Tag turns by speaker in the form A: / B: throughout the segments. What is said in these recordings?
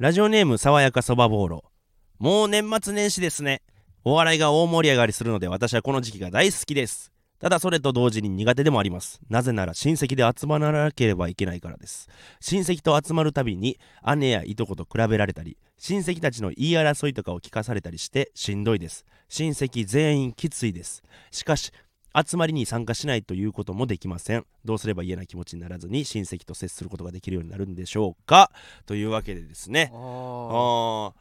A: ラジオネーム爽やかそばぼうろもう年末年始ですねお笑いが大盛り上がりするので私はこの時期が大好きですただそれと同時に苦手でもありますなぜなら親戚で集まらなければいけないからです親戚と集まるたびに姉やいとこと比べられたり親戚たちの言い争いとかを聞かされたりしてしんどいです親戚全員きついですしかし集まりに参加しないということもできませんどうすれば嫌な気持ちにならずに親戚と接することができるようになるんでしょうかというわけでですね
B: あ
A: あーっ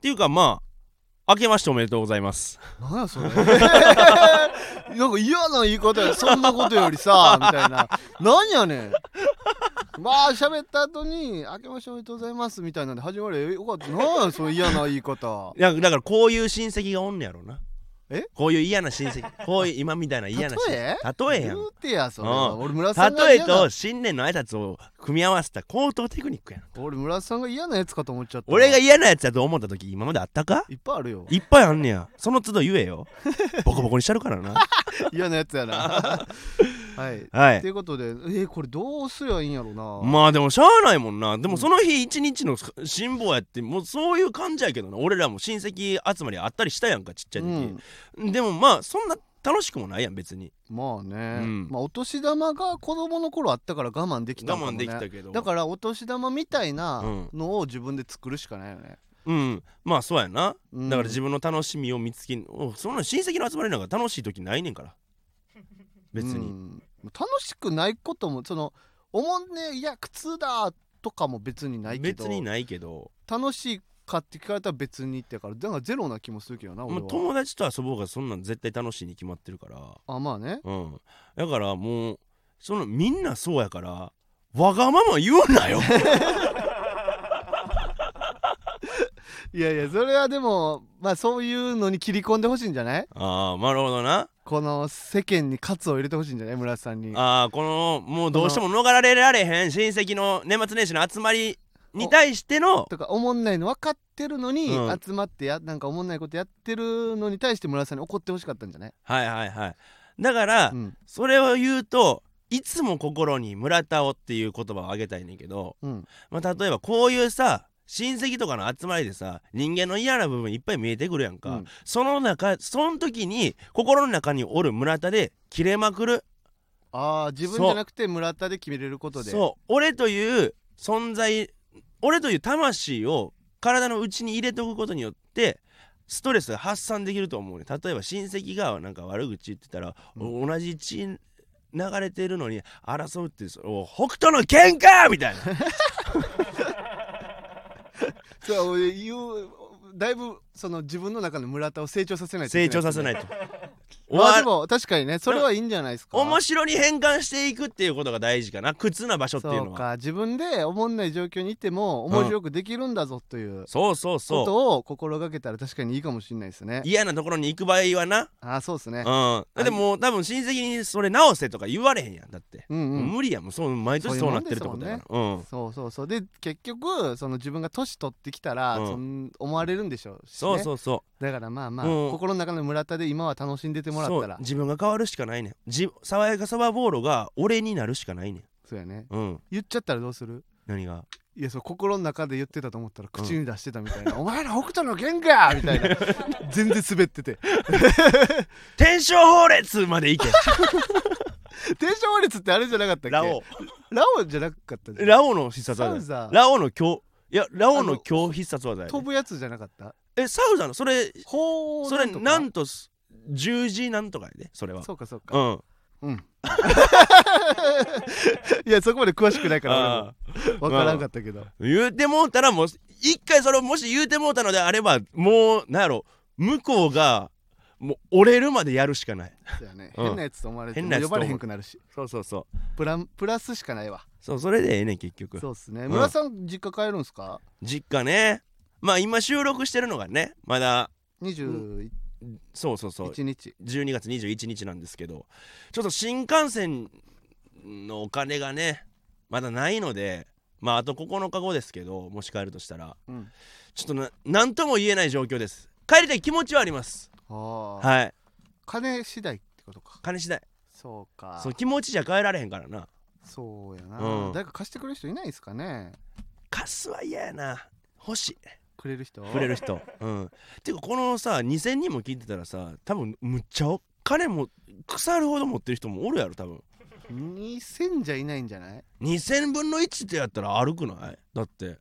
A: ていうかまあ明けましておめでとうございます
B: あなんやそ れなんか嫌な言い方やそんなことより さみたいななんやねんまあ喋った後に「明けましておめでとうございます」みたいなんで始まりゃよかったなんやその嫌な言い方
A: いやだからこういう親戚がおんねやろな
B: え
A: こういう嫌な親戚 こういう今みたいな嫌な親
B: 例
A: 戚例えや
B: 言
A: ん
B: うてやそれ
A: う
B: は
A: ん
B: 俺村さんが
A: 例え
B: 嫌な
A: と新年の挨拶を組み合わせた高等テクニックやん
B: 俺村さんが嫌なやつかと思っちゃった
A: 俺が嫌なやつだと思った時今まであったか
B: いっぱいあるよ
A: いっぱいあんねやその都度言え よボコボコにしちゃるからな
B: 嫌なやつやな はい
A: はい
B: ということでえーこれどうすりゃいいんやろうな
A: まあでもしゃあないもんなでもその日一日の辛抱やってもうそういう感じやけどな俺らも親戚集まりあったりしたやんかちっちゃい時、でもまあそんな楽しくもないやん別に
B: うん、まあね、
A: うん
B: まあお年玉が子供の頃あったから我慢できた
A: 我
B: のか
A: 慢
B: もね
A: できたけど
B: だからお年玉みたいな
A: うん
B: のを自分で作るしかないよね、
A: うんまあそうやな、
B: うん
A: だから自分の楽しみを見つけんおそんな親戚の集まりなんか楽しい時ないねんから別
B: う
A: に、
B: ん楽しくないこともそのおもんねいや苦痛だとかも別にないけど
A: 別にないけど
B: 楽しいかって聞かれたら別にってからだからゼロな気もするけどな俺
A: も
B: は、
A: う友達と遊ぼうがそんなん絶対楽しいに決まってるから
B: あまあね
A: うんだからもうそのみんなそうやからわがまま言うな よ
B: いやいやそれはでもまあそういうのに切り込んでほしいんじゃない
A: ああなるほどな
B: この世間に喝を入れてほしいんじゃない村瀬さんに
A: ああこのもうどうしても逃れられへん親戚の年末年始の集まりに対しての
B: とかおもんないの分かってるのに、
A: うん
B: 集まってやなんかおもんないことやってるのに対して村瀬さんに怒ってほしかったんじゃない、
A: はいはいはいだから、
B: うん
A: それを言うといつも心に村田をっていう言葉をあげたいねんけど、
B: うん、
A: まあ、例えばこういうさ親戚とかの集まりでさ人間の嫌な部分いっぱい見えてくるやんか、
B: うん
A: その中その時に心の中におる村田で切れまくる
B: ああ自分じゃなくて村田で決めれることで
A: そう俺という存在俺という魂を体の内に入れておくことによってストレスが発散できると思うね例えば親戚がなんか悪口言ってたら、
B: うん
A: お同じ血流れてるのに争うってそお北斗の喧嘩みたい な
B: そう俺言うだいぶその自分の中の村田を成長させないとい
A: 成
B: けな
A: 長
B: いで
A: させ
B: すね、
A: ないと。お
B: まあ
A: わ
B: でも確かにねそれはいいんじゃないですか
A: 面白に変換していくっていうことが大事かな苦痛な場所っていう
B: そ
A: の
B: う
A: は
B: か自分でおもんない状況にいても面白くできるんだぞという
A: そうそう
B: こ
A: そう
B: とを心がけたら確かにいいかもしれないですね
A: 嫌なところに行く場合はな、
B: ああそうですね
A: うん、でも多分親戚にそれ直せとか言われへんやんだって
B: うんうん
A: 無理やもんそう毎年そうなってるってことやからうん
B: そうそうそうで結局その自分が年取ってきたら、
A: うん
B: そん思われるんでしょうし、ね、
A: そうそうそ
B: だからまあまあ、
A: うん
B: 心の中の村田で今は楽しんでて
A: う
B: もらった
A: そう
B: らそう
A: 自分が変わるしかないねんじ爽やかさばボーロが俺になるしかないねん
B: やね
A: うん
B: 言っちゃったらどうする
A: 何が
B: いやそう心の中で言ってたと思ったら口に出してたみたいな 「お前ら北斗の剣か!」みたいな全然滑ってて
A: 天正法律まで いけ
B: 低勝法律ってあれじゃなかったっけ
A: ラオウ
B: ラオウじゃなかったじゃん
A: ラオウの必殺
B: サウ
A: 技だよ
B: ザー
A: ラオウの強いやラオウの強必殺技や
B: 飛
A: で
B: ぶやつじゃなかった
A: えサウザーのそれ
B: ほう
A: それなんんと十字なんとかやでそれは
B: そうかそうか
A: うん
B: うんいやそこまで詳しくないから
A: あ
B: 俺も分からんかったけど
A: ー言うてもうたらもう一回それをもし言うてもうたのであればもうなんやろ向こうがもう折れるまでやるしかない
B: だよね、
A: うん
B: 変なやつと思われて
A: 変なやつ
B: 呼
A: と思
B: ば
A: う
B: れへんくなるし
A: そうそうそう
B: プランプラスしかないわ
A: そうそれでええねん結局
B: そうっすね、
A: ん
B: 村さん実家帰るんすか
A: 実家ねまあ今収録してるのがねまだ
B: 21
A: そうそうそう
B: 日
A: 12月21日なんですけどちょっと新幹線のお金がねまだないのでまああと9日後ですけどもし帰るとしたら
B: うん
A: ちょっとな何とも言えない状況です帰りたい気持ちはあります
B: ああ、
A: はい
B: 金次第ってことか
A: 金次第
B: そうか
A: そ
B: そう
A: 気持ちじゃ帰られへんからな
B: うやな、
A: うん
B: 誰か貸してくれる人いないですかね
A: 貸すは嫌やな欲しい
B: くれる人
A: くれる人 うんていうかこのさ2000人も聞いてたらさ多分むっちゃお金も腐るほど持ってる人もおるやろ多分
B: 2000じゃいないんじゃない
A: 2000分の1ってやったら歩くないだって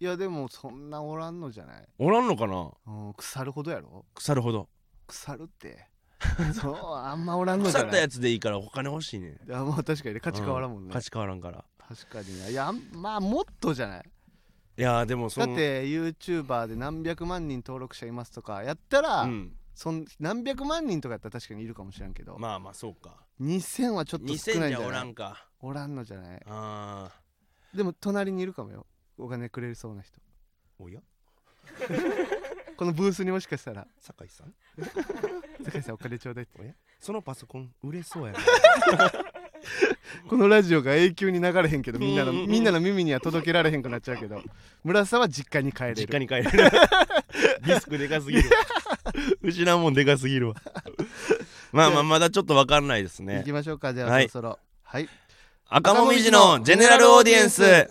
B: いやでもそんなおらんのじゃない、
A: おらんのかな
B: うん、腐るほどやろ
A: 腐るほど
B: 腐るって そうあんまおらんのじ
A: 腐
B: ゃ
A: った
B: ない
A: やつでいいからお金欲しいね
B: いやまあ確かにね価値変わらんもんね、
A: 価値変わらんから
B: 確かにないやあんまあもっとじゃない
A: いやーでもそ
B: だっ
A: の
B: て YouTuber で何百万人登録者いますとかやったら、
A: うん、
B: そん何百万人とかやったら確かにいるかもしれんけど、
A: まあまあそうか
B: 2000はちょっと少
A: 2000
B: ないん
A: じ
B: じ
A: ゃ
B: ゃ
A: お
B: な
A: ら
B: い
A: んか
B: おらんのじゃない
A: あ
B: でも隣にいるかもよお金くれるそうな人
A: ーおや
B: このブースにもしかしたら
A: 酒井さん
B: 「坂井さんお金ちょうだい」って
A: そのパソコン売れそうやな
B: このラジオが永久に流れへんけどみんなの
A: うんうんうん
B: みんなの耳には届けられへんくなっちゃう けど村さんは実家に帰れる
A: 実家に 帰れるリスクでかすぎる失うもんでかす ぎるわまあまあまだちょっとわかんないです
B: 行
A: ね
B: きましょうかではそ
A: はい
B: ろそろはい、
A: 赤もみじのジェネラルオーディエンス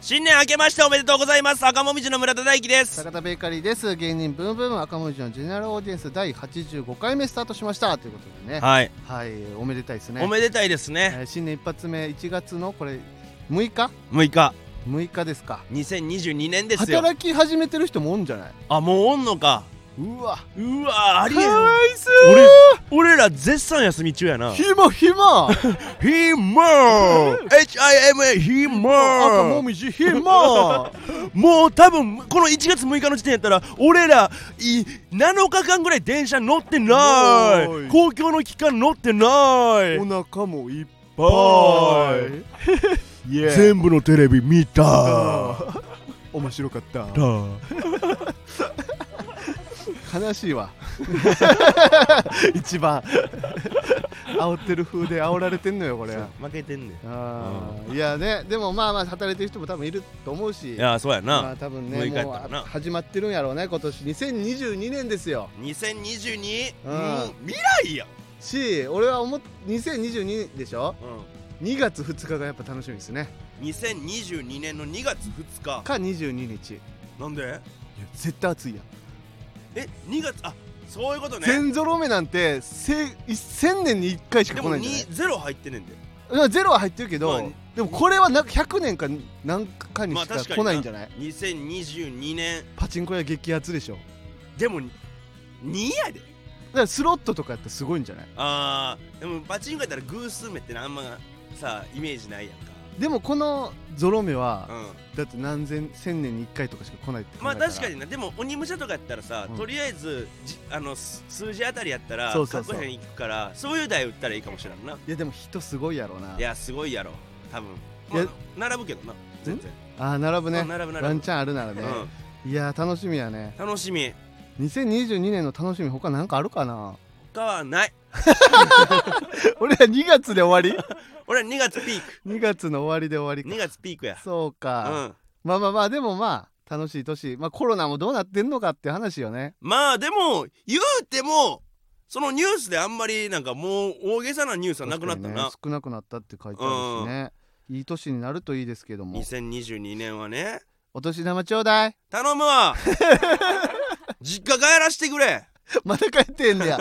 A: 新年明けましておめでとうございます赤もみじの村田大樹です
B: 坂田ベーカリーです芸人ブンブン赤文字のジェネラルオーディエンス第85回目スタートしましたということでね
A: はい、
B: はいおめでたいですね
A: おめでたいですね
B: えー新年一発目1月のこれ6日
A: 6日
B: 6日ですか
A: 2022年ですよ
B: 働き始めてる人もおんじゃない
A: あもうおんのか
B: うわ
A: うわありえん
B: かわいそう
A: 俺俺ら絶賛休み中やな
B: 暇暇
A: ヒモー !HIMA ヒモ
B: 赤も
A: ー
B: みじ暇
A: もう多分この1月6日の時点やったら俺らい7日間ぐらい電車乗ってな
B: お
A: い
B: い
A: 公共の機関乗ってない
B: お腹もいっぱ
A: ぱ
B: い
A: い
B: イエーイ
A: 全部のテレビ見た
B: 面白かった
A: だ
B: 悲し いわ一番煽ってる風で煽られてんのよこれ
A: 負けてんねん
B: あーいやねでもまあまあ働いてる人も多分いると思うし
A: いやそうや
B: ま
A: な
B: あ多分ね
A: 振り返っ
B: もう
A: たらな
B: 始まってるんやろうね今年2022年ですよ
A: 2022
B: うん
A: もう未来や
B: し俺は思っ2022でしょ
A: う
B: 2月2日がやっぱ楽しみですね
A: ん2022年の2月2日
B: か22日いや
A: なんで
B: 絶対暑いやん
A: え2月あそういうことね
B: 全ゾロ目なんてせ1000年に1回しか
A: で
B: 来
A: も
B: ないんじゃない
A: 2ゼロ入ってんねんで
B: いやゼロは入ってるけど、
A: まあ
B: でもこれはな100年か何かにし
A: まあ
B: か
A: 確かに
B: 来ないんじゃない、
A: 2022年
B: パチンコ屋激アツでしょ
A: でも2やで
B: だからスロットとかやったらすごいんじゃない
A: あーでもパチンコやったら偶数目ってのあんまさイメージないやんか
B: でもこのゾロ目は、
A: う
B: だって何千千年に1回とかしか来ないっ
A: ん
B: て考えた
A: ま
B: ら
A: あ確かになでも鬼武者とかやったらさ、
B: うん
A: とりあえずじあのす数字あたりやったら
B: そうそうそう
A: 各部屋に行くからそういう台打ったらいいかもしれんない
B: やでも人すごいやろうない
A: やすごいやろ多分、
B: いや
A: まあ並ぶけどな全然、
B: あー並ぶね
A: うん並ぶ並ぶ
B: ワンチャンあるならね、いやー楽しみやね
A: うん、楽しみ
B: 2022年の楽しみ他なんかある かな
A: 他はない
B: 俺ら2月で終わ
A: 俺は2月ピーク
B: り2月の終わりで終わり
A: 2月ピークや
B: そう
A: う
B: か、
A: ん
B: まあまあまあでもまあ楽しい年まあコロナもどうなってんのかって話よね
A: まあでも言うてもそのニュースであんまりなんかもう大げさなニュースはなくなった
B: 確かに
A: な、
B: ね少なくなったって書いてあるしね、いい年になるといいですけども
A: 2022年はね
B: お年玉ちょうだい
A: 頼むわ実家帰らしてくれ
B: まだ帰ってん ねや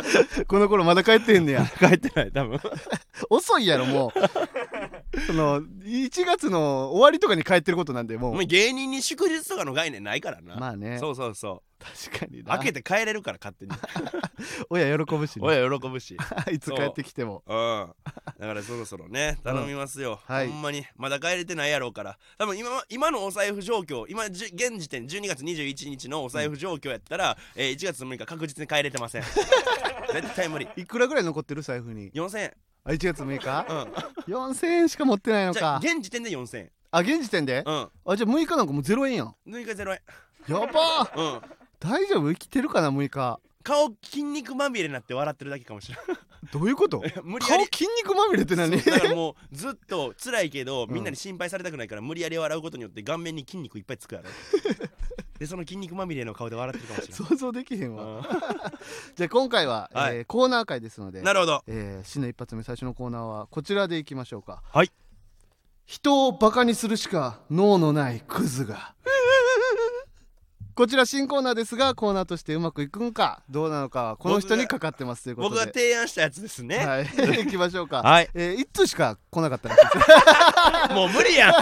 B: この頃まだ帰ってんねや
A: 帰ってない多分
B: 遅いやろもうその1月の終わりとかに帰ってることなんでも
A: お
B: う
A: 前芸人に祝日とかの概念ないからな、
B: まあね
A: そうそうそ
B: 確かに
A: う
B: な
A: 開けて帰れるから勝手に
B: 親喜ぶし、ね、
A: 親喜ぶし
B: いつ帰ってきても
A: うんだからそろそろね頼みますよ、
B: うんはい
A: ほんまにまだ帰れてないやろうから多分今今のお財布状況今じゅ現時点12月21日のお財布状況やったら、えー1月6日確実に帰れてま せん絶対無理
B: いくらぐらい残ってる財布に
A: 4000円
B: あ1月6日
A: うん
B: 4000円しか持ってないの
A: じゃあ
B: か
A: 現時点で4000円
B: あ現時点で
A: うん
B: あじゃあ6日なんかもう0円やん
A: 6日0円
B: やばー
A: うん
B: 大丈夫生きてるかな6日
A: 顔筋肉まみれになって笑ってるだけかもしれない
B: どういうこと
A: 無理や
B: 顔
A: り
B: 筋肉まみれって何
A: だからもうずっと辛いけど
B: ん
A: みんなに心配されたくないから無理やり笑うことによって顔面に筋肉いっぱいつくやろでその筋肉まみれの顔で笑ってるかもしれない
B: 想像できへんわ
A: う
B: じゃあ今回は、
A: はい
B: えーコーナー会ですので
A: んなるほど
B: えー、新の一発目最初のコーナーはこちらでいきましょうか
A: はい
B: 人をバカにするしか脳のないクズがこちら新コーナーですがコーナーとしてうまくいくんかどうなのかはこの人にかかってますということ
A: 僕
B: で
A: が提案したやつですね
B: はい 行きましょうか
A: はい
B: えー、一通しか来なかったら
A: もう無理やん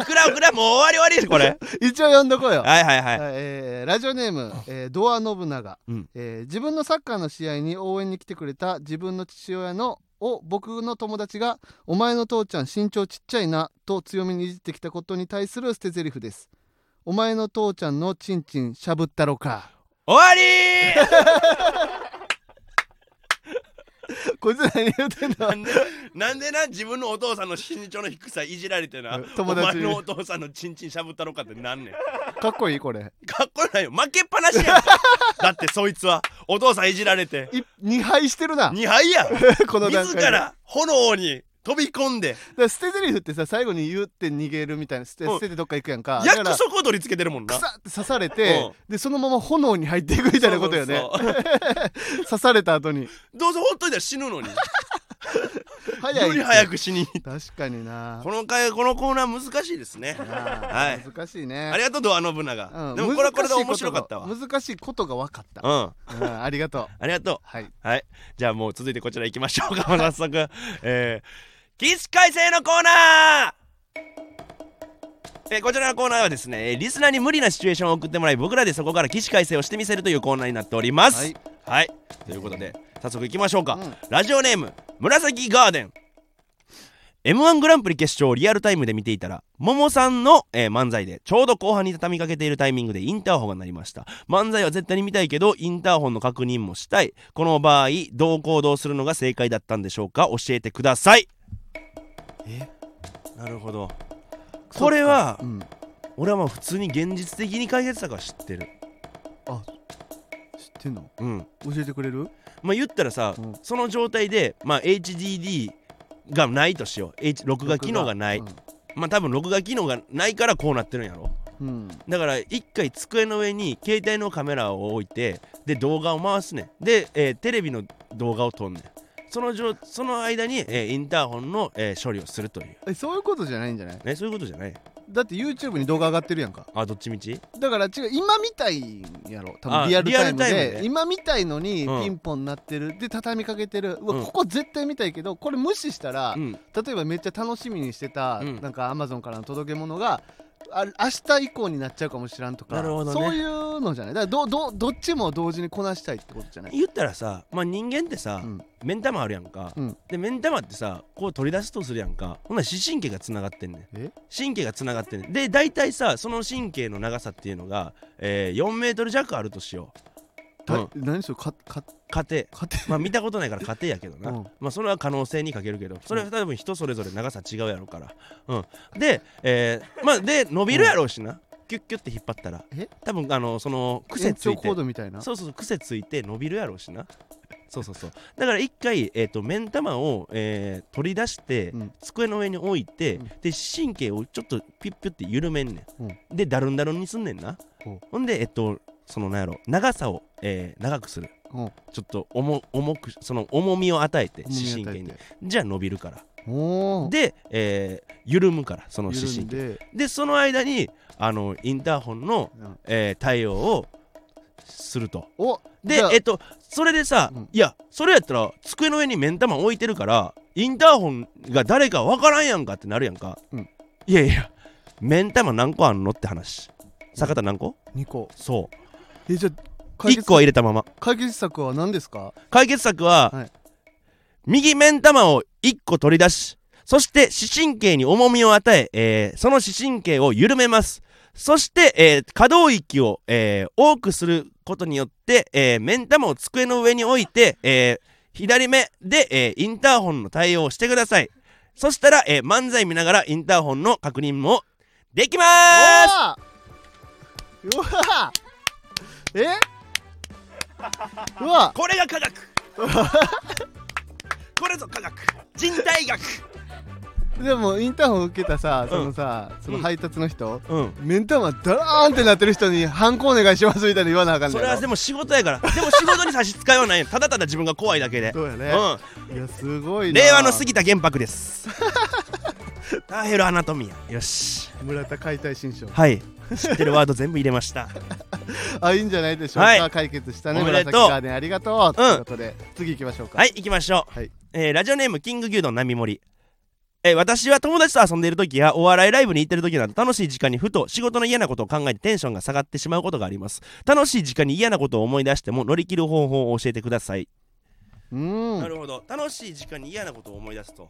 A: おくらおくらもう終わり終わりこ
B: 一応呼んどこうよ
A: れはいはいはい
B: はいえーラジオネーム、えードア信長、
A: うん
B: えー自分のサッカーの試合に応援に来てくれた自分の父親のを僕の友達が「お前の父ちゃん身長ちっちゃいな」と強めにいじってきたことに対する捨て台詞です「お前の父ちゃんのチンチンしゃぶったろか
A: 終わりー」
B: こいつ何言ってん
A: な
B: の
A: んでなんでな自分のお父さんの身長の低さいじられてな
B: 友達
A: お前のお父さんのチンチンしゃぶったのかってなんねん
B: かっこいいこれ
A: かっこよないよ負けっぱな しやんだってそいつはお父さんいじられて
B: 2敗してるな
A: 2敗やん
B: この段階
A: 自
B: で
A: ら炎に飛び込んで
B: だから捨て台詞ってさ最後に言って逃げるみたいな捨て
A: うん
B: 捨ててどっか行くやんかだか
A: 約
B: ら
A: 束を取り付けてるもん
B: く
A: な
B: さって刺されて
A: うん
B: でそのまま炎に入っていくみたいなことよね
A: そうそうそう
B: 刺された後に
A: どうせほっといたら死ぬのに
B: 早い
A: より早く死に
B: 確かにな
A: この回このコーナー難しいですねは
B: はい難しいね
A: ありがとうドアノブナ
B: う
A: が
B: ん
A: でもこれはこれで
B: 難しいと
A: 面白かったわうん
B: 難しいことが分かった
A: あ
B: うんありがとう
A: りがとう
B: はい
A: はいじゃあもう続いてこちら行きましょうか 早速えー、起死回生のコーナーえーこちらのコーナーはですねえーリスナーに無理なシチュエーションを送ってもらい僕らでそこから起死回生をしてみせるというコーナーになっておりますは
B: はいい、
A: ということで早速行きましょうか、
B: うん
A: ラジオネーム紫ガーデン m 1グランプリ決勝をリアルタイムで見ていたらももさんの、えー漫才でちょうど後半に畳みかけているタイミングでインターホンが鳴りました漫才は絶対に見たいけどインターホンの確認もしたいこの場合どう行動するのが正解だったんでしょうか教えてください
B: え
A: なるほどこれは
B: うん知
A: 俺はまあ普通に現実的に解決策は知ってる
B: ってんの
A: うん
B: 教えてくれる
A: まあ言ったらさ、
B: うん
A: その状態でまあ HDD がないとしよう、H、録画機能がないまあ多分録画機能がないからこうなってるんやろ
B: うんうん
A: だから一回机の上に携帯のカメラを置いてで動画を回すねんで、えーテレビの動画を撮んねんその状その間に、えーインターホンの、えー処理をするという
B: えそういうことじゃないんじゃない
A: ねそういうことじゃない
B: だって YouTube に動画上がってるやんか
A: あどっちみち
B: だから違う今みたいんやろ多
A: あ
B: 分リアルタイム
A: リアルタイム
B: で
A: で
B: 今みたいのに
A: うん
B: ピンポンなってるで畳みかけてるう
A: うん
B: わここ絶対見たいけどこれ無視したら
A: うん
B: 例えばめっちゃ楽しみにしてた、
A: うん
B: なんかアマゾンからの届け物があ明日以降になっちゃうかもしらんとか
A: なるほどね
B: そういうのじゃないだからどどどっちも同時にこなしたいってことじゃない、
A: 言ったらさ、まあ、人間ってさ、
B: うん
A: 目ん玉あるやんか、
B: うん
A: で目ん玉ってさこう取り出すとするやんかほんなら視神経がつながってんねん
B: え
A: 神経がつながってんねんで大体さその神経の長さっていうのが、えー、4メートル弱あるとしよう、う
B: だ
A: ん、
B: 何しろかか
A: 家庭
B: 勝て
A: まあ見たことないから家庭やけどな、
B: うん
A: まあそれは可能性にかけるけどそれは多分人それぞれ長さ違うやろうから、うん、で、えーまあで伸びるやろうしな、キュッキュッて引っ張ったら
B: え
A: 多分あのその癖
B: 延
A: つい
B: 長
A: て
B: コードみたいな
A: そうそうそう癖ついて伸びるやろうしなそうそうそうだから一回えっ、と目ん玉を、えー取り出して、
B: うん
A: 机の上に置いて、
B: うん
A: で神経をちょっとピッピュって緩めんねん、
B: うん
A: でだるんだるんにすんねんな、
B: うん
A: ほんでえっ、とそのなんやろ長さを、えー長くする
B: うん
A: ちょっと重重くその重みを与えて
B: 重み
A: 視
B: 与えて
A: 神経にじゃあ伸びるから
B: おお
A: で、えー緩むからその視神経
B: で、
A: でその間にあのインターホンの、
B: うん
A: えー対応をすると
B: お
A: で
B: じゃあ
A: えっとそれでさ、
B: うん
A: いやそれやったら机の上に目ん玉置いてるからインターホンが誰かわからんやんかってなるやんか、
B: うん
A: いやいや目ん玉何個あんのって話坂田何個
B: 二個
A: そ
B: えじゃあ
A: う
B: 解
A: 1
B: 決
A: 個は入れたまま
B: 解決策は何ですか
A: 解決策は、
B: はい
A: 右目ん玉を1個取り出しそして視神経に重みを与ええーその視神経を緩めますそして、えー可動域を、えー多くすることによって、えー、目ん玉を机の上に置いて、えー左目で、えーインターホンの対応をしてくださいそしたら、えー漫才見ながらインターホンの確認もできまーす
B: おーうわえうわ
A: これが科 学これぞ科学人体学
B: でもインターホン受けたさそのさ、その配達の人、
A: うん
B: 目ん玉ダラーンってなってる人に「ハンコお願いします」みたいなの言わなあかんねん
A: それはでも仕事やから でも仕事に差し支えはないよただただ自分が怖いだけで
B: そうやね、
A: う
B: いやすごい
A: ん
B: な
A: 令和の杉田玄白です ターヘルアナトミアよし
B: 村田解体新書
A: はい知ってるワード全部入れま した
B: あいいんじゃないでしょうか、
A: はい
B: 解決したね
A: おめでとう
B: 紫ガーデンありがとうということで、次行きましょうか、
A: はいい行きましょう、
B: はい
A: えーラジオネームキング牛丼並盛りえー私は友達と遊んでいる時やお笑いライブに行ってる時など楽しい時間にふと仕事の嫌なことを考えてテンションが下がってしまうことがあります楽しい時間に嫌なことを思い出しても乗り切る方法を教えてください、
B: うー
A: なんるほど楽しい時間に嫌なことを思い出すと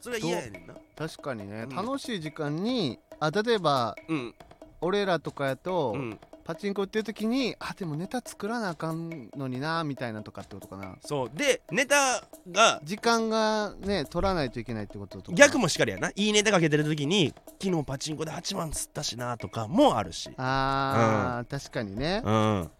A: それは嫌やねんな
B: 確かにね、
A: うん
B: 楽しい時間にあ例えば
A: うん
B: 俺らとかやと、
A: うん
B: パチンコ売ってる時にあでもネタ作らなあかんのになみたいなとかってことかな
A: そうでネタが
B: 時間がね取らないといけないってこととか
A: 逆もしかりやないいネタかけてる時に昨日パチンコで8万釣ったしなとかもあるし
B: あー、確かにね
A: うん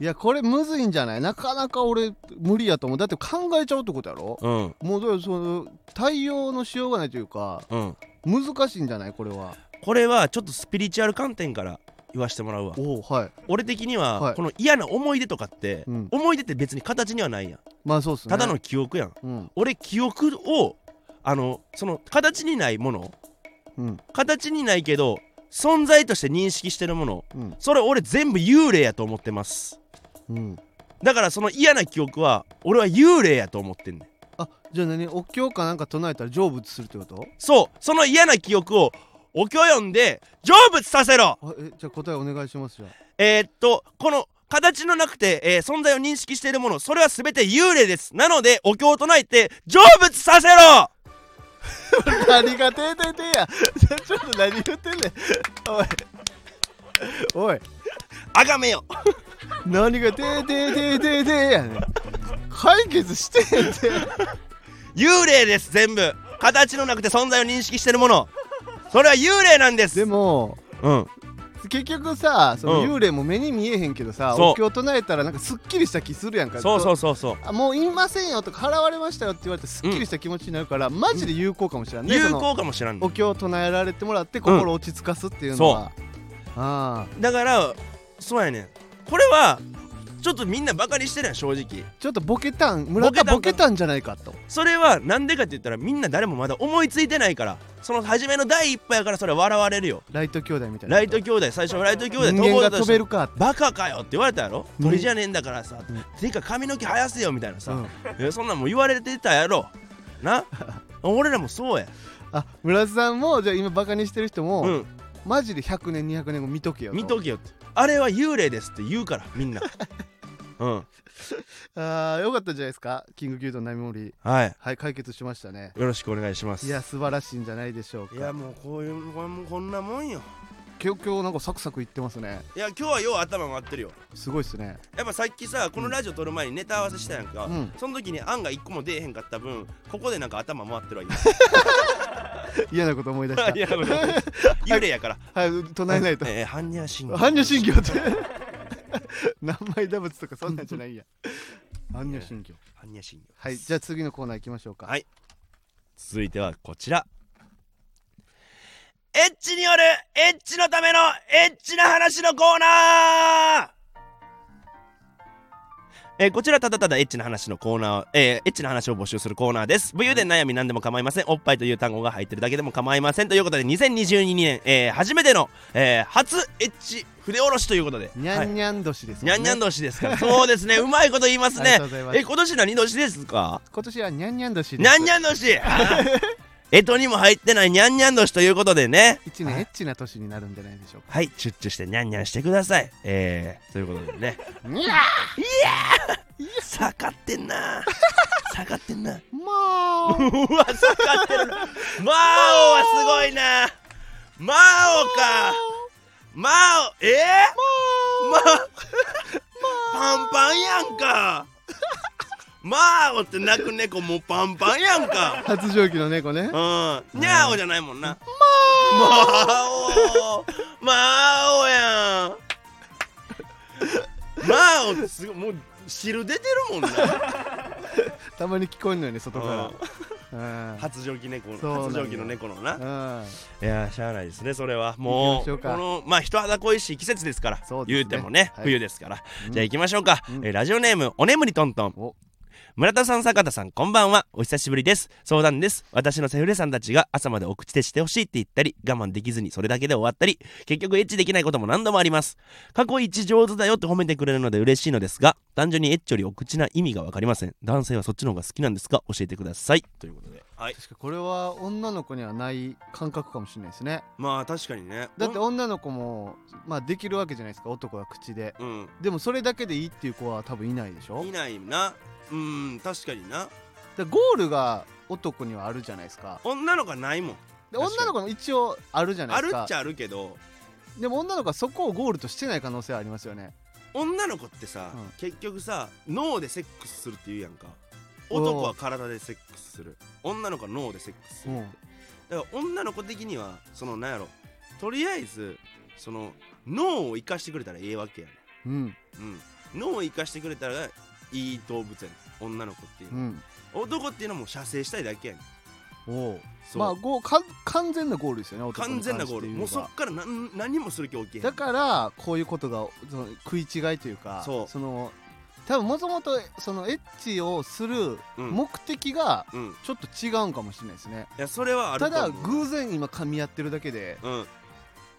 B: いやこれむずいんじゃないなかなか俺無理やと思うだって考えちゃうってことやろ
A: うん
B: もうだからその対応のしようがないというか
A: うん
B: 難しいんじゃないこれは
A: これはちょっとスピリチュアル観点から言わしてもらうわ
B: おおはい
A: 俺的に
B: は
A: はいこの嫌な思い出とかって、
B: うん
A: 思い出って別に形にはないやん
B: まあそうっすね
A: ただの記憶やん、
B: うん
A: 俺記憶をあのその形にないもの
B: うん
A: 形にないけど存在として認識してるもの
B: うん
A: それ俺全部幽霊やと思ってます
B: うん
A: だからその嫌な記憶は俺は幽霊やと思ってんねん
B: あじゃあ何お経かなんか唱えたら成仏するってこと
A: そうその嫌な記憶をお経読んで成仏させろ
B: あえじゃあ答えお願いしますじゃあ
A: えーっとこの形のなくて、えー存在を認識しているものそれは全て幽霊ですなのでお経を唱えて成仏させろ
B: 何がてーてーてーや ちょっと何言ってんねんおいおい
A: あがめよ
B: 何がてーてーてーてーてーやねん解決してんて
A: 幽霊です全部形のなくて存在を認識しているものそれは幽霊なんです
B: でも
A: うん
B: 結局さそうの
A: ん
B: 幽霊も目に見えへんけどさ、
A: そう
B: お経唱えたらなんかすっきりした気するやんか
A: そうそううそうそう
B: あもういませんよとか払われましたよって言われてすっきりした気持ちになるから、マジで有効かもしれんね、
A: 有
B: その
A: 効かもしれんね
B: お経を唱えられてもらって心落ち着かすっていうのは、ああ
A: だからそうやねんこれはちょっとみんなバカにしてるやん正直
B: ちょっとボケたん村田
A: ボ
B: ボ
A: ケたんかな
B: ケたんじゃないかと
A: それはなんでかって言ったらみんな誰もまだ思いついてないからその初めの第一歩やからそれは笑われるよ
B: ライト兄弟みたいな
A: ライト兄弟最初ライト兄弟
B: 人間が飛べ
A: る
B: るか
A: バカかよって言われたやろ
B: うん
A: 鳥じゃねえんだからさ、
B: うん
A: てか髪の毛生やせよみたいな
B: う
A: さ
B: ん、
A: えそんなんもう言われてたやろな俺らもそうや
B: あ村田さんもじゃあ今バカにしてる人も、
A: うん
B: マジで100年200年後見とけよ
A: 見とけよってあれは幽霊ですって言うからみん なうん
B: あーよかったじゃないですかキング牛丼並盛
A: はい
B: はい解決しましたね
A: よろしくお願いします
B: いや素晴らしいんじゃないでしょう
A: いや
B: か
A: もうこういうこんこんなもんよ
B: 今日今日なんかサクサクいってますね
A: いや今日はよう頭回ってるよ
B: すごいっす ね
A: やっぱさっきさこのラジオ撮る前にネタ合わせしたやんか、
B: うん
A: その時に案が1個も出えへんかった分ここでなんか頭回ってるわ
B: 嫌な こと思い出し
A: 今いやこれ 幽霊やから
B: たはい唱えないと
A: えー、般若心経
B: 般若心経って 何枚打仏とかそんなんじ ゃないんや般若心経
A: 般若心経
B: はいじゃあ次のコーナー行きましょうか
A: はい続いてはこちらエッチによるエッチのためのエッチな話のコーナーえーこちらただただエッチな話のコーナー、えーエッチな話を募集するコーナーです。武勇伝悩み何でも構いません。おっぱいという単語が入ってるだけでも構いません。ということで、2022年、えー初めての、えー初エッチ筆下ろしということで。
B: にゃんにゃん年ですも
A: に
B: ね
A: ゃんにゃん年ですから。そうですね。うまいこと言います
B: あり
A: ね
B: がとうござい。ます
A: え、今年何年ですか
B: 今年はにゃんにゃん年です
A: にゃんにゃん年えとにも入ってないにゃんにゃん年ということでね。
B: 一年エッチな年になるんじゃない でしょう
A: はい、チュッチュしてにゃんにゃんしてください。えー、ということで ね。
B: かにゃ
A: 下がってんな。下がってんな。
B: ーま
A: う
B: ー
A: わ、下がってるな。マオはすごいな。マオか。マオ、えー、マオパンパンやんか。マオって泣く猫もうパンパンやんか。
B: 発情期の猫ね
A: うん、にゃーおじゃないもんな。まあお、まあおやん。まあおって すごい、もう汁出てるもんな。
B: たまに聞こえんのよね外
A: うん
B: かうん
A: 発情期猫の
B: そうなんよ
A: 発情期の猫のな
B: うん
A: いやーしゃあないですねそれはも
B: 行きましょ
A: う
B: う
A: こ
B: か
A: のまあ人肌恋しい季節ですから
B: そうですね
A: 言うてもね、
B: はい
A: 冬ですから、
B: うん
A: じゃあ行きましょうか、
B: うん
A: えーラジオネームおねむりとんとん
B: お
A: 村田さん坂田さんこんばんはお久しぶりです相談です私のセフレさんたちが朝までお口手してほしいって言ったり我慢できずにそれだけで終わったり結局エッチできないことも何度もあります過去一上手だよって褒めてくれるので嬉しいのですが単純にエッチよりお口な意味が分かりません男性はそっちの方が好きなんですか教えてくださいということではい
B: 確かこれは女の子にはない感覚かもしれないですね
A: まあ確かにね
B: だって女の子も、まあ、できるわけじゃないですか男は口で
A: うん
B: でもそれだけでいいっていう子は多分いないでしょ
A: いないなうん確かにな
B: でゴールが男にはあるじゃないですか
A: 女の子はないもん
B: で
A: 確か
B: 女
A: に
B: の子も一応あるじゃな
A: あ
B: いで
A: る
B: すか
A: っちゃあるけど
B: でも女の子はそこをゴールとしてない可能性はありますよね
A: 女の子ってさ、
B: うん
A: 結局さ脳でセックスするって言うやんか男は体でセックスする女の子は脳でセックスするって、だから女の子的にはそのなんやろとりあえずその脳を生かしてくれたらええわけやね
B: うん
A: うん脳を生かしてくれたらいい動物やね女の子っていう
B: う
A: のは、
B: ん
A: 男っていうのはもう射精したいだけやねん
B: おお
A: そう、
B: まあゴーか完全なゴールですよね男
A: 完
B: に関
A: 全
B: して
A: なゴール
B: 言えば
A: もうそっから何何もする気起きへん
B: だからこういうことがその食い違いというか
A: そう
B: の多分もともとそのエッチをする
A: うん
B: 目的が
A: うんい
B: ちょっと違うんかもしれないですね、
A: やそれはあると
B: た
A: 思
B: だ
A: う
B: 偶然今噛み合ってるだけで
A: うん、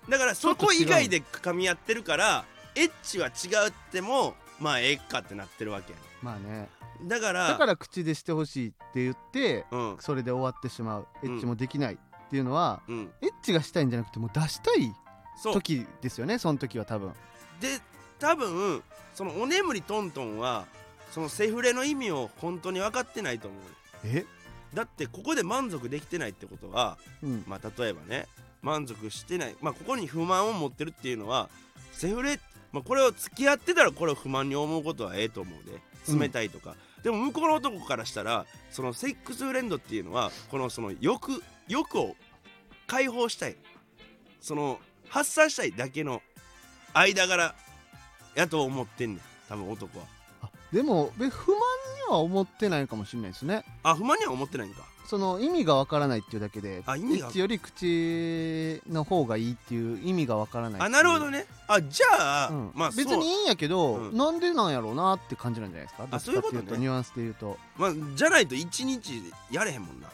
A: だからそこ以外で噛み合ってるからエッチは違うってもまあええかってなってるわけやね
B: まあね
A: だから
B: だから口でしてほしいって言って
A: うん
B: それで終わってしまうエ
A: うん
B: ッチもできないっていうのは、
A: うん
B: エッチがしたいんじゃなくてもう出したい
A: そう
B: 時ですよねその時は多分
A: で多分そのおねむりトントンはそのセフレの意味を本当に分かってないと思う
B: え
A: だってここで満足できてないってことは
B: うん
A: まあ例えばね満足してないまあここに不満を持ってるっていうのはセフレ、まあ、これを付き合ってたらこれを不満に思うことはええと思うで
B: うん
A: 冷たいとか、でも向こうの男からしたらそのセックスフレンドっていうのはこのその欲欲を解放したいその発散したいだけの間柄やと思ってんねん多分男は
B: あでもべ不満には思ってないかもしれないですね
A: あ不満には思ってないんか
B: その意味がわからないっていうだけで
A: あ意
B: エ
A: 味が
B: ッチより口の方がいいっていう意味がわからない
A: あなるほど
B: ね、
A: ねあじゃあ、
B: うん
A: まあ
B: 別
A: そう
B: にいいんやけど、
A: うん
B: なんでなんやろうなって感じなんじゃないですかどっちか
A: そ
B: って
A: ういう
B: う
A: こと
B: と
A: ね
B: ニュアンスで言うと
A: まあじゃないと一日やれへんもんな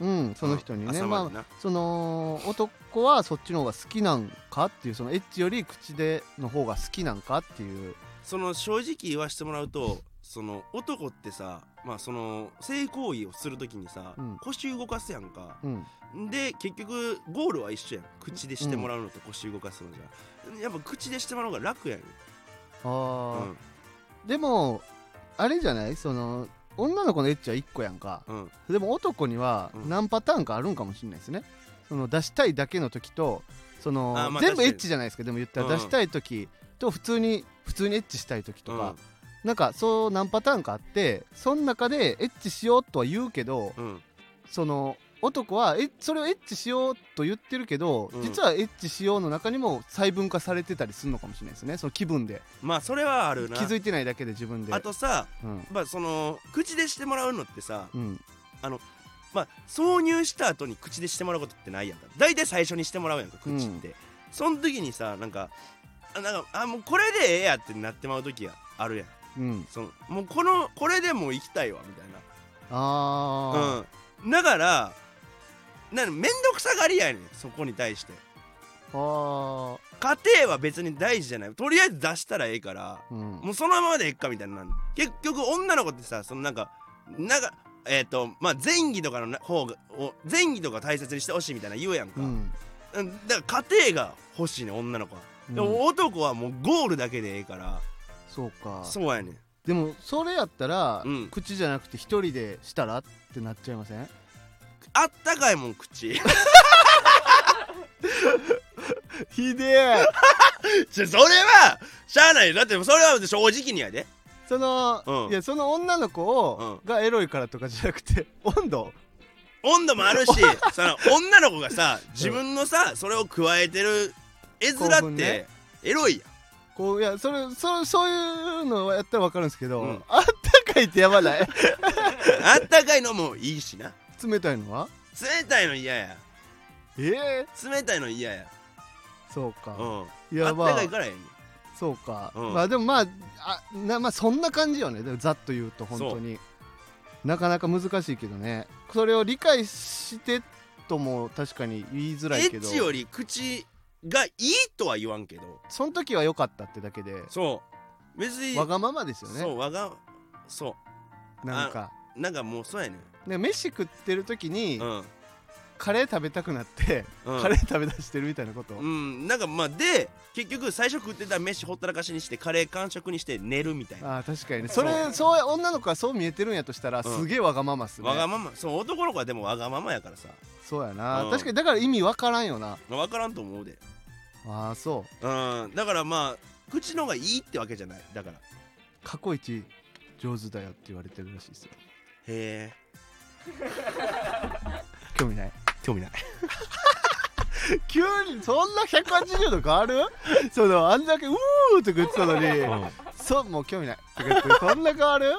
B: うんその人にね、
A: うん朝ま
B: ま
A: で
B: あ
A: な
B: その男はそっちの方が好きなんかっていうそのエッチより口での方が好きなんかっていう
A: その正直言わしてもらうとその男ってさまあその性行為をするときにさ、
B: うん
A: 腰動かすやんか
B: うん
A: で結局ゴールは一緒やん口でしてもらうのと腰動かすのじゃやっぱ口でしてもらう方が楽やん、
B: あ
A: う
B: ー、
A: ん
B: でもあれじゃないその女の子のエッチは1個やんか
A: うん、
B: でも男には
A: うん
B: 何パターンかあるんかもしれないですね、その出したいだけの時とその、
A: あーまあ
B: 全
A: 確
B: 部
A: か
B: エ
A: に
B: ッチじゃないですかでも言ったら
A: うんうん
B: 出したい時と普通に普通にエッチしたい時と
A: うん
B: か、なんかそう何パターンかあってその中でエッチしようとは言うけど、
A: うん
B: その男はえそれをエッチしようと言ってるけど、
A: うん
B: 実はエッチしようの中にも細分化されてたりするのかもしれないですねその気分で
A: まあそれはあるな
B: 気づいてないだけで自分で
A: あとさ
B: うん
A: まあその口でしてもらうのってさ
B: うん
A: まあ挿入した後に口でしてもらうことってないやんか大体最初にしてもらうやんか口って、その時にさなんかあなんかあもうこれでええやってなってまう時があるやん
B: うん
A: そのもうこのこれでもう行きたいわみたいな
B: あ
A: うんだからなん面倒くさがりやねんそこに対して
B: ー、あ
A: 家庭は別に大事じゃないとりあえず出したらええから
B: ーうん
A: もうそのままでえっかみたいになる結局女の子ってさそのなんかなんかえっ、とまあ前儀とかのな方がを前儀とか大切にしてほしいみたいな言うやんか、
B: うん
A: うんだから家庭が欲しいねん女の子は、で
B: うん
A: も男はもうゴールだけでええから
B: そうか
A: そうやねん
B: でもそれやったら、
A: うん
B: 口じゃなくて一人でしたらってなっちゃいません
A: あったかいもん 口
B: ひでえ
A: じゃそれはしゃあないよだってそれは正直にやで
B: その、
A: うん
B: いやその女の子を、
A: う
B: がエロいからとかじゃなくて 温度
A: 温度も あるしその女の子がさ自分のさそれを加えてる絵面
B: 興奮
A: っ
B: ね
A: てエロいやん
B: こういやそれそそういうのはやったら分かるんですけど、
A: うん
B: あったかいってやばない
A: あったかいのもいいしな
B: 冷たいのは
A: 冷たいの嫌や
B: ええ
A: 冷たいの嫌や
B: そうか、
A: うん
B: い
A: あ
B: や
A: った
B: ま
A: か
B: あ
A: いからやね
B: そうか、
A: うん
B: まあでもまああなまあそんな感じよねでもざっと言うと本当になかなか難しいけどねそれを理解してとも確かに言いづら
A: エ
B: いけ
A: ッ
B: ど
A: チより口がいいとは言わんけど
B: その時は良かったってだけで
A: そう別に
B: わがままですよ
A: そ
B: ね
A: うわがそ
B: なんか
A: うなんかもうそうやね
B: ね飯食ってる時に、
A: うん、うん、
B: カレー食べたくなって、カレー食べ出してるみたいなこと、
A: うんなんかまあで結局最初食ってた飯ほったらかしにしてカレー完食にして寝るみたいな
B: あー確かにね
A: そ
B: そうれそう女の子はそう見えてるんやとしたら、
A: うん
B: すげえわがままっすね
A: わがままそう男の子はでもわがままやからさ
B: そうやな、
A: うん
B: 確かにだから意味わからんよな
A: 分からんと思うで
B: ああそう
A: うんだからまあ口の方がいいってわけじゃないだからへ
B: 過去一上手だよって言われてるらしいですよ
A: え
B: 興味ない
A: 興味ない
B: 急にそんな180度変わるそのあんだけ「うー」とか言ってたのに「そうもう興味ない」とか言ってそんな変わる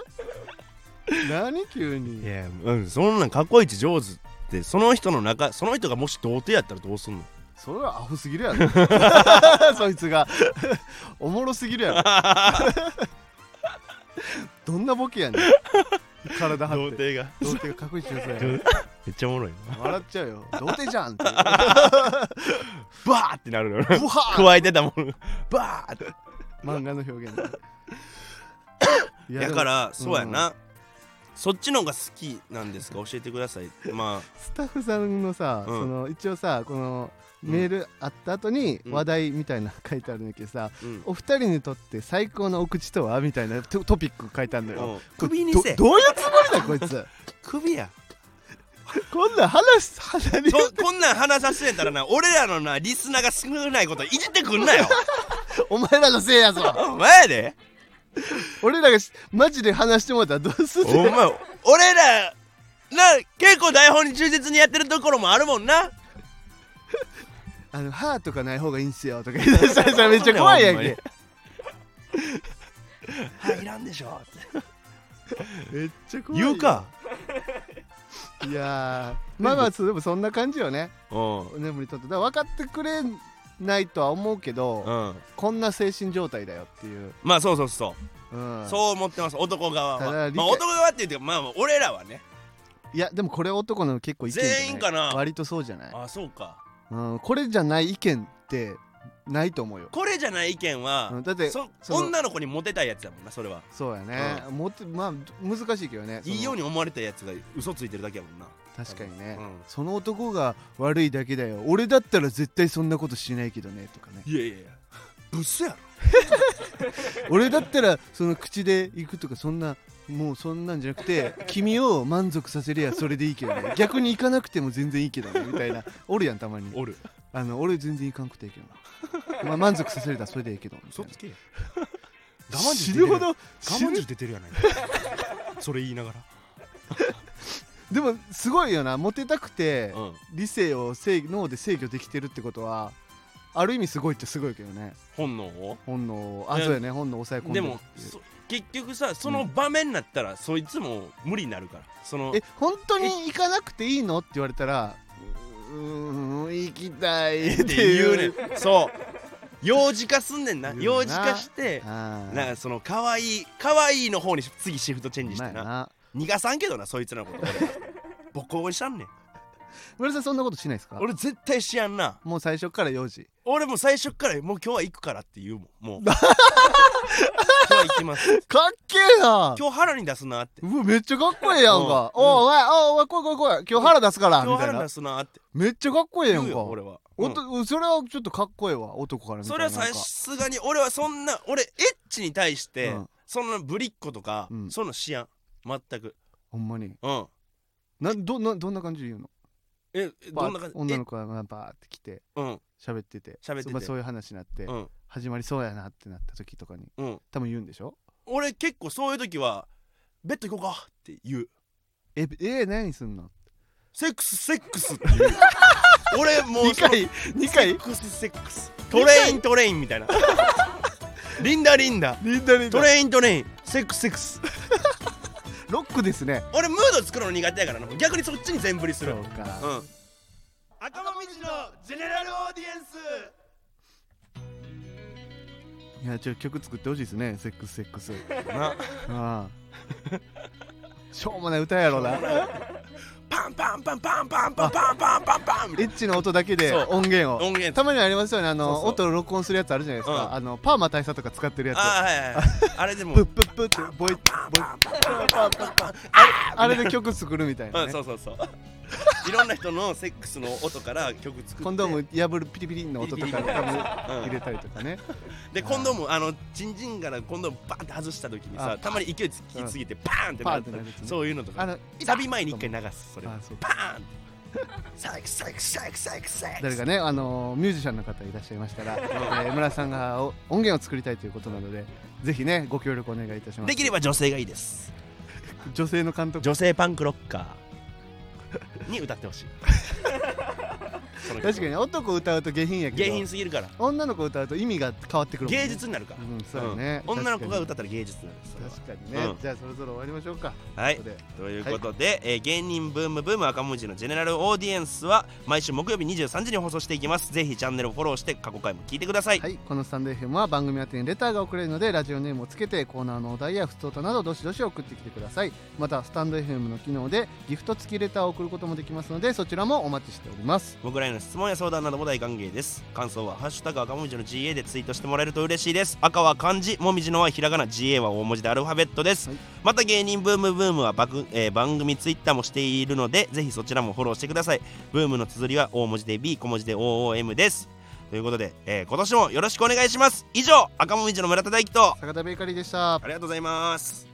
B: 何急
A: い
B: に
A: やうんそんなん過去一上手ってその人の中その人がもし童貞やったらどうすんの
B: それはアホすぎるやろ そいつがおもろすぎる やろどんなボケやねん体張って
A: が
B: 童貞が確認してくださ
A: め
B: い
A: っちゃおもろいな
B: 笑っちゃうよ童貞じゃんって
A: バーってなるの
B: ブハー
A: 加えてたもんバーって
B: 漫画の表 現だい
A: だか
B: でも
A: らそうやな、そっちの方が好きなんですか教えてくださいま
B: スタッフさんのさ、
A: うん
B: その一応さこの
A: うん
B: メールあった後に
A: うん
B: 話題みたいなの書いてあるんだけどさ、
A: あ、うん
B: お二人にとって最高のお口とはみたいなトトピック書いてあるんだよ、
A: うん首に
B: ど
A: せ
B: どういうつもりだこいつ
A: 首や
B: こんなん話す話に
A: とこんなん話させたらな俺らのなリスナーが少ないこといじってくん なよ
B: お前らのせいやぞ
A: お前やで
B: 俺らがしマジで話してもらったらどうすん
A: お
B: ね
A: 前
B: ん
A: 俺らな結構台本に忠実にやってるところもあるもんな
B: あの歯とかない方がいいんすよとか言い出した らめっちゃ怖いやんけ
A: はいらんでしょ
B: めっちゃ怖いよ
A: 言うか
B: いやーまあまあそうでもそんな感じよね
A: うん
B: お眠りとってだから分かってくれないとは思うけど、
A: うん
B: こんな精神状態だよっていう、
A: まあそうそうそう、
B: うん、
A: そう思ってます男側
B: た
A: は
B: だ理
A: ま
B: 解
A: あ男側って言うてまあまあ俺らはね
B: いやでもこれ男の結構意見じゃない
A: 全員かな
B: 割とそうじゃない、
A: あそうか
B: うん、これじゃない意見ってないと思うよ
A: これじゃない意見は、
B: うんだって
A: そ
B: その
A: 女の子にモテたいやつやもんなそれは
B: そうやね、もっとまあ難しいけどねその
A: いいように思われたやつが嘘ついてるだけやもんな
B: 確かにね、
A: うん
B: その男が悪いだけだよ俺だったら絶対そんなことしないけどねとか ね
A: いやいやいやブスやろ
B: 俺だったらその口で行くとかそんなもうそんなんじゃなく て君を満足させりゃそれでいいけどね逆に行かなくても全然いいけどねみたいなおるやんたまに
A: おる
B: あの俺全然行かんくていいけどな、まあ、満足させれたらそれでいいけどみたいな
A: け
B: 死ぬほど死ぬ
A: 出てるやないそれ言いなが
B: でもすごいよなモテたくて
A: らうん
B: 理性を制脳で制御できてるってことはある意味すごいっちゃすごいけどね
A: 本能を
B: 本能をあ
A: いや
B: そうやね本能を抑え込んで
A: で
B: るってい
A: も
B: う
A: そ結局さその場面になったら、そいつも無理になるからその
B: え本当に行かなくていいのって言われたらうーん行きたいっ
A: ってて
B: い
A: 言
B: う
A: うねんそう幼児化すんねんな
B: 言
A: 幼
B: うな
A: 児化して
B: あー
A: なんかその可愛い可愛いの方に次シフトチェンジし
B: ま
A: て
B: あ
A: な
B: な
A: 逃がさんけどなそいつらの こと俺ボコボコにしたんねん
B: 村田さんそんなことしないですか
A: 俺絶対しやんな
B: もう最初から幼児
A: 俺もう最初っからもう今日は行くからって言うもんもう 今日は行きます
B: かっけえな
A: 今日腹に出すなって
B: うわめっちゃかっこええやんか
A: うん
B: おうおいおいおい来い来い来い今日腹出すから
A: 今
B: み
A: 日
B: たい
A: 腹に
B: な
A: 出すなって
B: めっちゃかっこええや
A: 言
B: ん
A: う
B: か
A: よ俺は、
B: お
A: うん
B: とそれはちょっとかっこええわ男から見た
A: そ
B: ら
A: れ
B: な
A: は
B: んか
A: さすがに俺はそんな俺エッチに対して、
B: うん
A: そんなぶりっ子とか、
B: うん
A: そんなのしやん全く
B: ほんまに
A: うん
B: なんどなどんな感じで言うの
A: えどんな
B: バ
A: 感
B: ーって
A: じ
B: 女
A: え
B: の子がバーって来て
A: うん
B: 喋ってて
A: 喋ってて
B: まあそういう話になって
A: うん
B: 始まりそうやなってなった時とかに
A: うん
B: 多分言うんでしょ
A: 俺結構そういう時はベッド行こうかって言う
B: ええ何すんの
A: セックスセックスって言う 俺もう
B: 2
A: その
B: 回2回
A: セックスセックストレイントレインみたいなリンダリンダ
B: リンダリン
A: トレイントレインセックスセックス
B: ロックですね
A: 俺ムード作るの苦手やからな逆にそっちに全振りする
B: そうか
A: うん赤もみじのジェネラルオーディエンス
B: いやちょ曲作ってほしいですねセックスセックス
A: な
B: ああしょうもない歌やろな
A: パンパンパンパンパンパンパンパンパンパンみた
B: エ
A: い
B: ッチの音だけで
A: そう
B: 音源
A: な
B: を
A: 音源
B: たまにありますよねあ
A: そ
B: の
A: うそう
B: 音を録音するやつあるじゃないですか、
A: うん
B: あのパーマ大佐とか使ってるやつ
A: ああはいはいはいあれでも
B: プップップッってボイボイあれで曲作るみたいな、
A: うん
B: ね
A: そうそうそう いろんな人のセックスの音から曲作って
B: コンドーム破るピリピリの音とか
A: ピリピリ
B: 入れたりとかね
A: でコンドームあのチンジンからコンドームバンって外した時にさ
B: あ
A: たまに勢いつきすぎてバーンってなる
B: パーンってなるやつね
A: そういうのと
B: あ
A: か
B: の
A: サビ前に一回流すそれ
B: あそう
A: バーンってセックスセックスセックスセックスセック
B: 誰
A: ス
B: かね、あのーミュージシャンの方いらっしゃいましたら、えー、村さんがお音源を作りたいということなのでぜひねご協力お願いいたします
A: できれば女性がいいです
B: 女性の監督
A: 女性パンクロッカーに歌って ほしいその曲
B: 確かに男歌うと下品やけ
A: 下
B: ど
A: 品すぎるから
B: 女の子歌うと意味が変わってくるもんね
A: 芸術になるから、
B: うんそうやね、
A: うん女の子が歌ったら芸術になるそれは
B: 確かにね、
A: うん
B: じゃあそろそろ終わりましょうか
A: はい
B: ここで
A: ということで、えー芸人ブームブーム赤文字のジェネラルオーディエンスは毎週木曜日23時に放送していきますぜひチャンネルをフォローして過去回も聞いてください、
B: はい、このスタンド FM は番組宛てにレターが送れるのでラジオネームをつけてコーナーのお題や不登などどしどし送ってきてくださいまたスタンド FM の機能でギフト付きレターを送ることもできますのでそちらもお待ちしております
A: 僕らへの質問や相談なども大歓迎です感想は「ハッシュタグ赤文字の GA」でツイートしてもらえると嬉しいです赤は漢字もみじのはひらがな GA は大文字でアルファベットです、
B: はい
A: また芸人ブームブームはバク、えー番組ツイッターもしているのでぜひそちらもフォローしてくださいブームの綴りは大文字で B 小文字で OOM ですということで、えー今年もよろしくお願いします以上赤文字の村田大樹と
B: 坂田ベーカリーでした
A: ありがとうございます